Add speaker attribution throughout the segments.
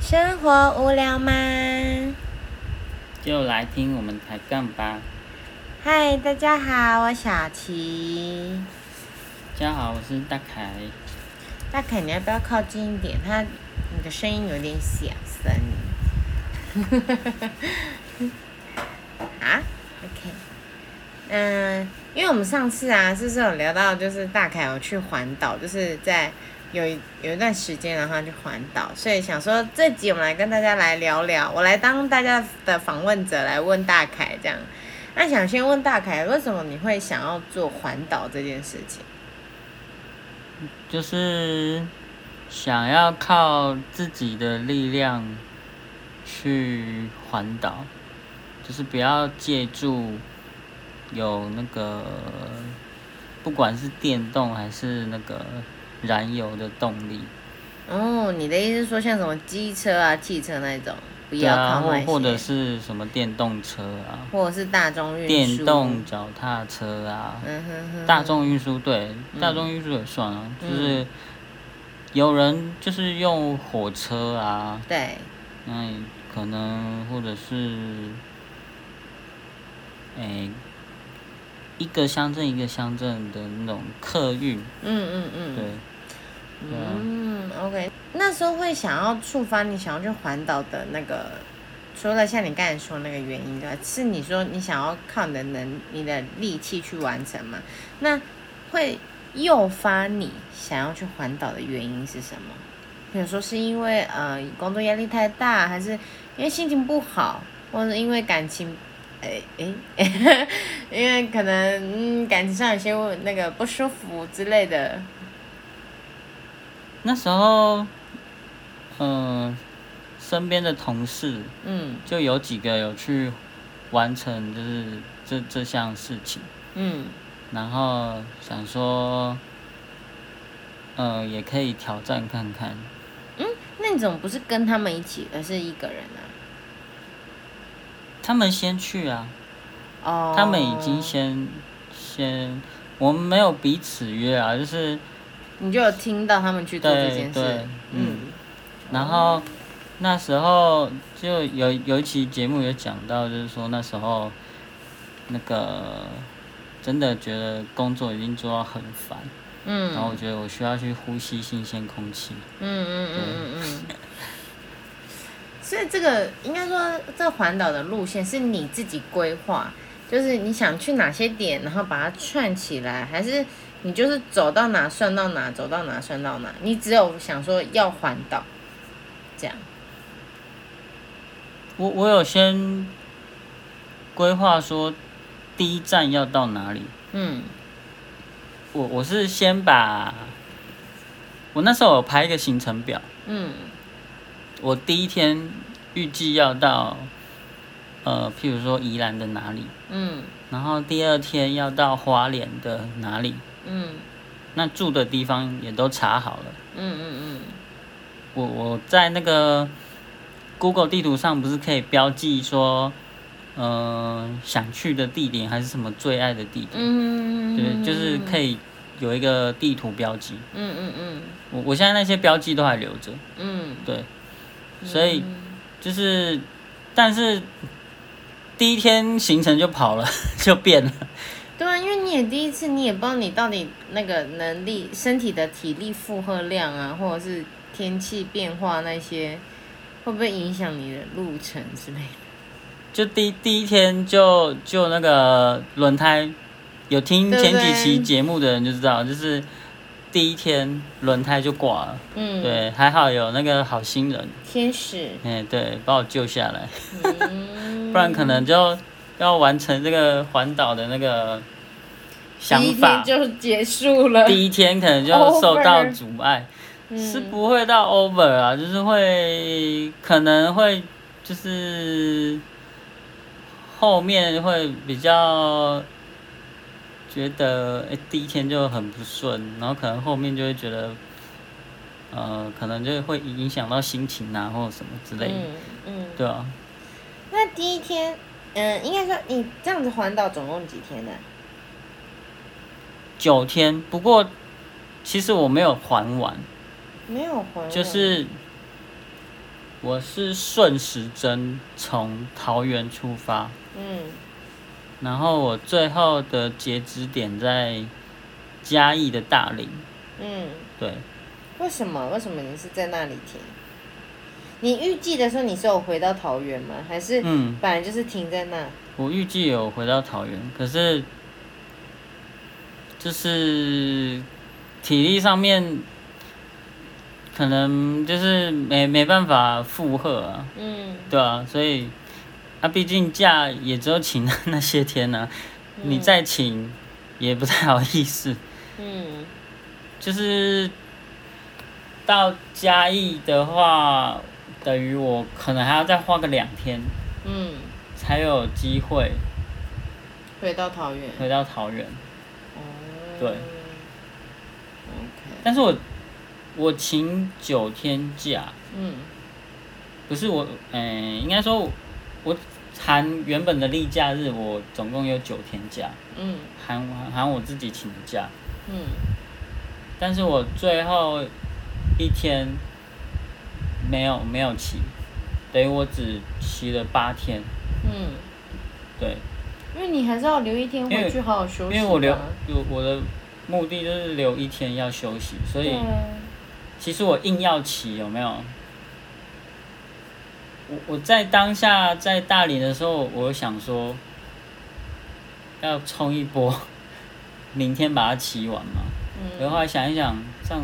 Speaker 1: 生活无聊吗？
Speaker 2: 就来听我们抬杠吧。
Speaker 1: 嗨，大家好，我小琪。
Speaker 2: 大家好，我是大凯。
Speaker 1: 大凯，你要不要靠近一点？他，你的声音有点小声。啊，OK。嗯，因为我们上次啊，是不是有聊到，就是大凯有去环岛，就是在有一有一段时间，然后他去环岛，所以想说这集我们来跟大家来聊聊，我来当大家的访问者来问大凯这样。那想先问大凯，为什么你会想要做环岛这件事情？
Speaker 2: 就是想要靠自己的力量去环岛，就是不要借助有那个不管是电动还是那个燃油的动力，
Speaker 1: 哦，你的意思是说像什么机车啊、汽车那种，不
Speaker 2: 对
Speaker 1: 要
Speaker 2: 啊，
Speaker 1: 靠
Speaker 2: 或
Speaker 1: 那些，
Speaker 2: 或者是什么电动车啊、
Speaker 1: 或者是大众运输，
Speaker 2: 电动，脚踏车啊，
Speaker 1: 嗯哼哼，
Speaker 2: 大众运输对，大众运输也算啊，就是有人就是用火车啊，
Speaker 1: 对，
Speaker 2: 那也可能或者是，诶、一个乡镇一个乡镇的那种客运，
Speaker 1: 嗯嗯嗯，
Speaker 2: 对，啊
Speaker 1: 嗯，OK，那时候会想要触发你想要去环岛的那个，除了像你刚才说那个原因的，是你说你想要靠你的能、你的力气去完成嘛？那会诱发你想要去环岛的原因是什么？比如说是因为呃工作压力太大，还是因为心情不好，或者因为感情，诶诶， 因为可能嗯感情上有些问那个不舒服之类的，
Speaker 2: 那时候，嗯，身边的同事
Speaker 1: 嗯
Speaker 2: 就有几个有去完成就是这这项事情。
Speaker 1: 嗯。
Speaker 2: 然后想说，呃，也可以挑战看看。
Speaker 1: 那你怎么不是跟他们一起，而是一个人啊呢、
Speaker 2: 他们先去啊，
Speaker 1: 哦，
Speaker 2: 他们已经，先先，我们没有彼此约啊，就是
Speaker 1: 你就有听到他们去做这
Speaker 2: 对
Speaker 1: 件事，
Speaker 2: 对，嗯，
Speaker 1: 嗯
Speaker 2: 然后那时候就有有一期节目有讲到，就是说那时候那个真的觉得工作已经做到很烦，
Speaker 1: 嗯
Speaker 2: 然后我觉得我需要去呼吸新鲜空气。
Speaker 1: 嗯嗯嗯嗯嗯。所以这个应该说，这环岛的路线是你自己规划，就是你想去哪些点，然后把它串起来，还是你就是走到哪算到哪，走到哪算到哪？你只有想说要环岛，这样，
Speaker 2: 我我有先规划说第一站要到哪里，
Speaker 1: 嗯
Speaker 2: 我我是先把我那时候有排一个行程表，
Speaker 1: 嗯
Speaker 2: 我第一天预计要到呃，譬如说宜兰的哪里，
Speaker 1: 嗯
Speaker 2: 然后第二天要到花莲的哪里，
Speaker 1: 嗯
Speaker 2: 那住的地方也都查好了。
Speaker 1: 嗯嗯
Speaker 2: 我我在那个 Google 地图上不是可以标记说，呃，想去的地点还是什么最爱的地点？
Speaker 1: 嗯，
Speaker 2: 对，就是可
Speaker 1: 以，
Speaker 2: 以有一个地图标记。
Speaker 1: 嗯嗯嗯。
Speaker 2: 我我现在那些标记都还留着，
Speaker 1: 嗯，
Speaker 2: 对，所以
Speaker 1: 嗯
Speaker 2: 就是，但是第一天行程就跑了， 就变了。
Speaker 1: 对啊，因为你也第一次，你也不知道你到底那个能力、身体的体力负荷量啊，或者是天气变化那些，会不会影响你的路程之类的？
Speaker 2: 就第第一天就就那个轮胎，有听
Speaker 1: 对不
Speaker 2: 前几
Speaker 1: 对
Speaker 2: 期节目的人就知道，就是第一天轮胎就挂了。
Speaker 1: 嗯，，
Speaker 2: 对，还好有那个好心人，
Speaker 1: 天使，
Speaker 2: 哎、对，把我救下来，
Speaker 1: 嗯，
Speaker 2: 不然可能就要完成这个环岛的那个想
Speaker 1: 第一
Speaker 2: 法
Speaker 1: 天。就结束了。
Speaker 2: 第一天可 能就受到阻碍，是
Speaker 1: 嗯
Speaker 2: 不会到 over 啊，就是会可能会就是后面会比较觉得哎、诶第一天就很不顺，然后可能后面就会觉得呃可能就会影响到心情啊或者什么之类的，
Speaker 1: 嗯嗯，
Speaker 2: 对啊，
Speaker 1: 那第一天，嗯，应该说你这样子环岛总共几天呢、
Speaker 2: 九天，不过其实我没有还完，
Speaker 1: 没有环，
Speaker 2: 就是我是顺时针从桃园出发，
Speaker 1: 嗯，
Speaker 2: 然后我最后的截止点在嘉义的大林。
Speaker 1: 嗯，
Speaker 2: 对，
Speaker 1: 为什么？为什么你是在那里停？你预计的时候你是有回到桃园吗？还是
Speaker 2: 嗯，
Speaker 1: 本来就是停在那？
Speaker 2: 我预计有回到桃园，可是就是体力上面可能就是没没办法负荷啊，
Speaker 1: 嗯
Speaker 2: 对啊，所以啊，毕竟假也只有请那 那些天呢、你
Speaker 1: 嗯
Speaker 2: 再请也不太好意思。
Speaker 1: 嗯
Speaker 2: 就是到嘉义的话，等于我可能还要再花个两天
Speaker 1: 嗯，
Speaker 2: 才有机会
Speaker 1: 回到桃园。
Speaker 2: 回到桃园。
Speaker 1: 哦
Speaker 2: 嗯对
Speaker 1: OK，
Speaker 2: 但是我我请九天假，
Speaker 1: 嗯
Speaker 2: 不是我，哎、应该说我我含原本的例假日，我总共有九天假，
Speaker 1: 嗯
Speaker 2: 含含我自己请的假。
Speaker 1: 嗯
Speaker 2: 但是我最后一天没有没有骑，等于我只骑了八天，
Speaker 1: 嗯，
Speaker 2: 对，
Speaker 1: 因为你还是要留一天
Speaker 2: 因
Speaker 1: 回
Speaker 2: 为
Speaker 1: 去好好休息
Speaker 2: 因
Speaker 1: 吧。啊
Speaker 2: 为我留我我的目的就是留一天要休息，所以
Speaker 1: 对啊
Speaker 2: 其实我硬要骑有没有？我我在当下在大理的时候，我想说要冲一波， 明天把它骑完嘛。然
Speaker 1: 嗯
Speaker 2: 后后来想一想，这样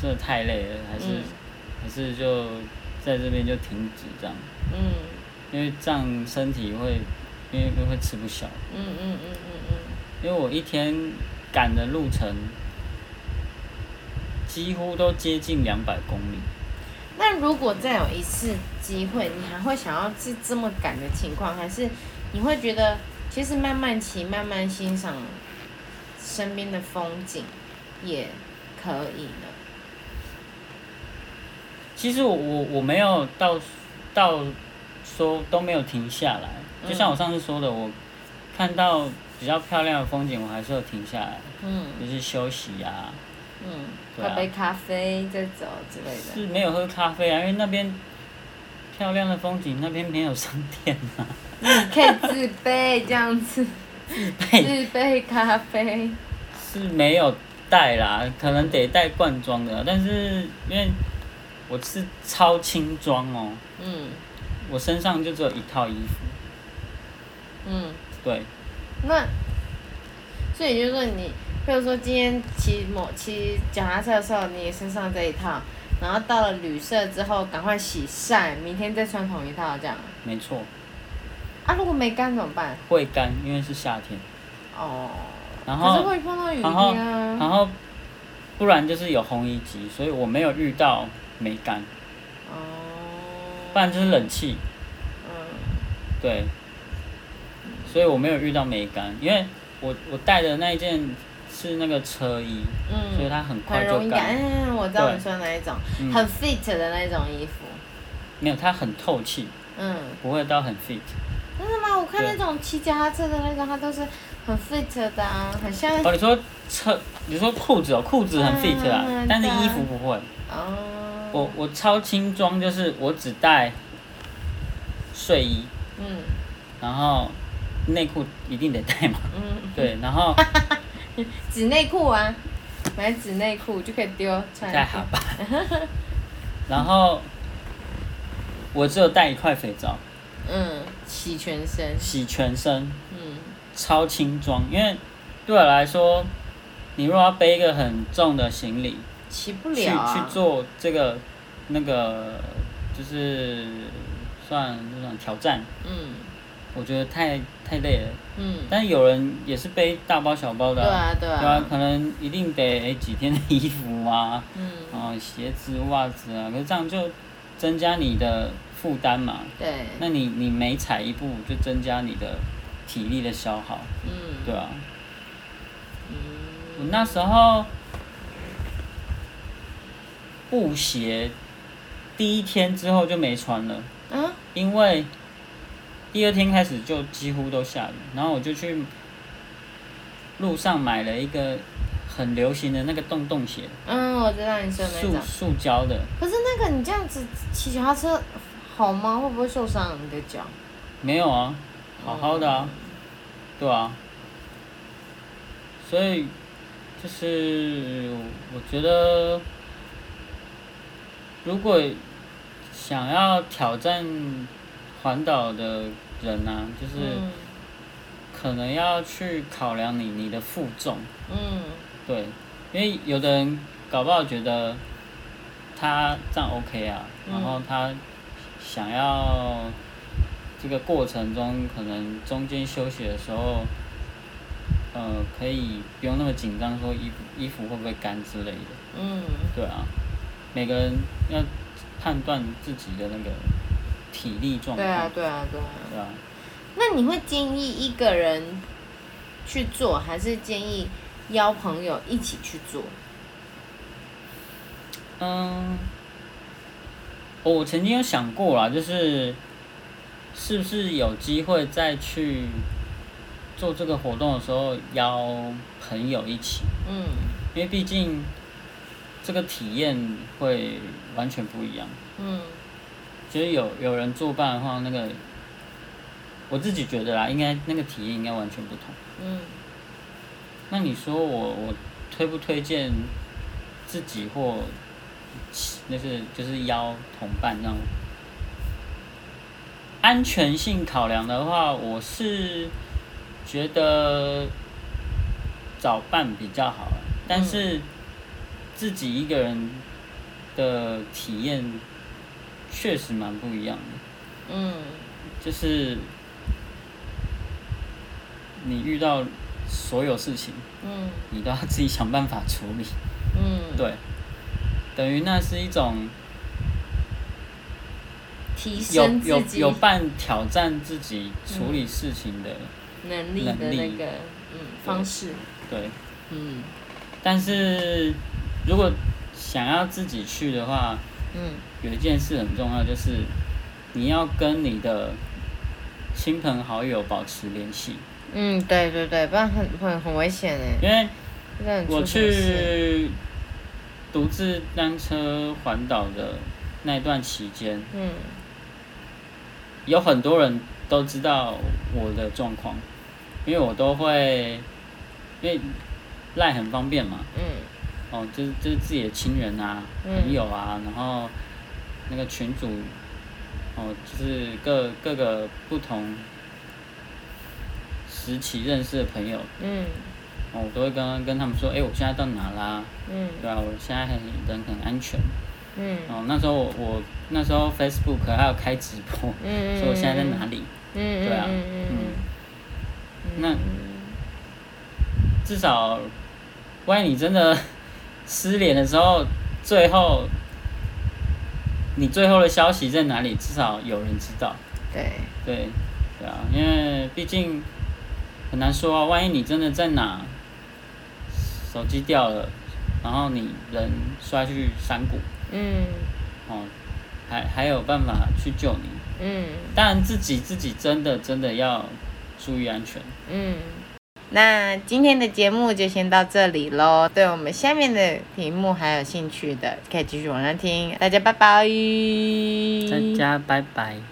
Speaker 2: 真的太累了，还是、
Speaker 1: 嗯
Speaker 2: 还是就在这边就停止这样，
Speaker 1: 嗯
Speaker 2: 因为这样身体会，因为会吃不消。
Speaker 1: 嗯嗯嗯嗯嗯
Speaker 2: 因为我一天赶的路程几乎都接近两百公里，
Speaker 1: 嗯。那如果再有一次机会，你还会想要是这么赶的情况，还是你会觉得其实慢慢骑，慢慢欣赏身边的风景也可以的？
Speaker 2: 其实我我我没有到到说都没有停下来，就像
Speaker 1: 嗯
Speaker 2: 我上次说的，我看到比较漂亮的风景，我还是有停下来，
Speaker 1: 嗯
Speaker 2: 就是休息啊，
Speaker 1: 嗯，
Speaker 2: 对啊
Speaker 1: 喝杯咖啡再走之类的。
Speaker 2: 是没有喝咖啡啊，因为那边漂亮的风景，那边没有商店啊，
Speaker 1: 你可以自备这样子，自备咖啡。
Speaker 2: 是没有带啦，可能得带罐装的，但是因为我是超轻装哦，
Speaker 1: 嗯
Speaker 2: 我身上就只有一套衣服，
Speaker 1: 嗯，
Speaker 2: 对，
Speaker 1: 那所以就是说你，比如说今天骑摩骑脚踏车的时候，你身上这一套，然后到了旅社之后赶快洗晒，明天再穿同一套这样。
Speaker 2: 没错，
Speaker 1: 啊，如果没干怎么办？
Speaker 2: 会干，因为是夏天。
Speaker 1: 哦，
Speaker 2: 然
Speaker 1: 可
Speaker 2: 后
Speaker 1: 是会碰到雨
Speaker 2: 然后
Speaker 1: 天啊。
Speaker 2: 然后不然就是有红衣机，所以我没有遇到梅干，
Speaker 1: 哦，
Speaker 2: 不然就是冷气，
Speaker 1: 嗯
Speaker 2: 对，所以我没有遇到梅干，因为我我带的那一件是那个车衣，所以
Speaker 1: 嗯，
Speaker 2: 它很快
Speaker 1: 很
Speaker 2: 就
Speaker 1: 容易干。
Speaker 2: 干，
Speaker 1: 嗯，我知道
Speaker 2: 对
Speaker 1: 你说哪一种，
Speaker 2: 嗯
Speaker 1: 很 fit 的那种衣服。
Speaker 2: 没有它很透气，
Speaker 1: 嗯。
Speaker 2: 不会到很 fit，
Speaker 1: 真的吗？我看
Speaker 2: 对
Speaker 1: 那种骑脚踏车的那种，它都是很 fit 的啊，很像
Speaker 2: 哦，你说车，你说裤子哦，裤子很
Speaker 1: 嗯
Speaker 2: fit 啊，
Speaker 1: 嗯
Speaker 2: 但是
Speaker 1: 对啊
Speaker 2: 衣服不会。
Speaker 1: 哦，
Speaker 2: 我我超轻装，就是我只带睡衣，
Speaker 1: 嗯
Speaker 2: 然后内裤一定得带嘛，
Speaker 1: 嗯，
Speaker 2: 对，然 后
Speaker 1: 纸内裤啊，买纸内裤就可以丢穿。
Speaker 2: 再好吧，然后我只有带一块肥皂
Speaker 1: 嗯，洗全身。
Speaker 2: 洗全身，
Speaker 1: 嗯
Speaker 2: 超轻装，因为对我来说，你如果要背一个很重的行李
Speaker 1: 洗不
Speaker 2: 去
Speaker 1: 了啊。
Speaker 2: 去做这个那个就是算那种挑战，
Speaker 1: 嗯
Speaker 2: 我觉得太太累了。
Speaker 1: 嗯，
Speaker 2: 但是有人也是背大包小包的
Speaker 1: 对
Speaker 2: 啊、
Speaker 1: 啊对
Speaker 2: 对啊
Speaker 1: 啊，，
Speaker 2: 可能一定得诶几天的衣服啊，
Speaker 1: 嗯
Speaker 2: 然后鞋子、袜子啊，可是这样就增加你的负担嘛。
Speaker 1: 对，
Speaker 2: 那你你每踩一步就增加你的体力的消耗，
Speaker 1: 嗯
Speaker 2: 对啊。
Speaker 1: 嗯
Speaker 2: 我那时候布鞋第一天之后就没穿了，
Speaker 1: 啊
Speaker 2: 因为第二天开始就几乎都下雨，然后我就去路上买了一个很流行的那个洞洞鞋，
Speaker 1: 啊嗯，我知道你说的那
Speaker 2: 塑
Speaker 1: 种。
Speaker 2: 塑胶的，
Speaker 1: 可是那个你这样子骑脚踏车好吗？会不会受伤你的脚？
Speaker 2: 没有啊，好好的啊，对啊，所以就是我觉得，如果想要挑战环岛的人呢、啊，就是
Speaker 1: 嗯
Speaker 2: 可能要去考量你你的负重，
Speaker 1: 嗯
Speaker 2: 对，因为有的人搞不好觉得他这样 OK 啊，
Speaker 1: 嗯
Speaker 2: 然后他想要这个过程中可能中间休息的时候，呃，可以不用那么紧张，说衣服衣服会不会干之类的，
Speaker 1: 嗯
Speaker 2: 对啊，每个人要判断自己的那个体力状
Speaker 1: 对
Speaker 2: 况，
Speaker 1: 啊对啊对啊。
Speaker 2: 对啊，
Speaker 1: 那你会建议一个人去做，还是建议邀朋友一起去做？
Speaker 2: 嗯，哦我曾经有想过啦，就是是不是有机会再去做这个活动的时候邀朋友一起，
Speaker 1: 嗯
Speaker 2: 因为毕竟这个体验会完全不一样。
Speaker 1: 嗯
Speaker 2: 就是有有人作伴的话，那个我自己觉得啦，应该那个体验应该完全不同。
Speaker 1: 嗯
Speaker 2: 那你说我我推不推荐自己或那是就是邀同伴这样？安全性考量的话，我是觉得找伴比较好，啊但是自己一个人的体验确实蛮不一样的。
Speaker 1: 嗯
Speaker 2: 就是你遇到所有事情，
Speaker 1: 嗯
Speaker 2: 你都要自己想办法处理。
Speaker 1: 嗯，
Speaker 2: 对，等于那是一种
Speaker 1: 提
Speaker 2: 有
Speaker 1: 升
Speaker 2: 有
Speaker 1: 自己
Speaker 2: 有伴挑战自己处理事情的，
Speaker 1: 能力的
Speaker 2: 能力
Speaker 1: 那个嗯方式。
Speaker 2: 对。
Speaker 1: 嗯
Speaker 2: 但是如果想要自己去的话，
Speaker 1: 嗯
Speaker 2: 有一件事很重要，就是你要跟你的亲朋好友保持联系，
Speaker 1: 嗯，对对对，不然很很很危险哎。
Speaker 2: 因为
Speaker 1: 真的很
Speaker 2: 我
Speaker 1: 出什么事
Speaker 2: 去独自单车环岛的那段期间，
Speaker 1: 嗯
Speaker 2: 有很多人都知道我的状况，因为我都会，因为赖很方便嘛，
Speaker 1: 嗯
Speaker 2: 哦，就是就是自己的亲人啊、
Speaker 1: 嗯
Speaker 2: 朋友啊，然后那个群主，哦，就是各各个不同时期认识的朋友，
Speaker 1: 嗯
Speaker 2: 哦，我都会跟跟他们说，哎、我现在到哪啦、
Speaker 1: 嗯
Speaker 2: 对啊，我现在很人很安全。
Speaker 1: 嗯
Speaker 2: 哦，那时候我我那时候 Facebook 还有开直播，
Speaker 1: 嗯，
Speaker 2: 所以我现在在哪里？
Speaker 1: 嗯？嗯
Speaker 2: 对啊
Speaker 1: 嗯嗯嗯，
Speaker 2: 那至少，万一你真的失联的时候，最后你最后的消息在哪里？至少有人知道。
Speaker 1: 对，
Speaker 2: 对，对啊，因为毕竟很难说啊，万一你真的在哪，手机掉了，然后你人摔去山谷，
Speaker 1: 嗯
Speaker 2: 哦，还还有办法去救你。
Speaker 1: 嗯
Speaker 2: 当然自己自己真的真的要注意安全。
Speaker 1: 嗯。那今天的节目就先到这里喽。对我们下面的题目还有兴趣的，可以继续往上听。大家拜拜，
Speaker 2: 大家拜拜。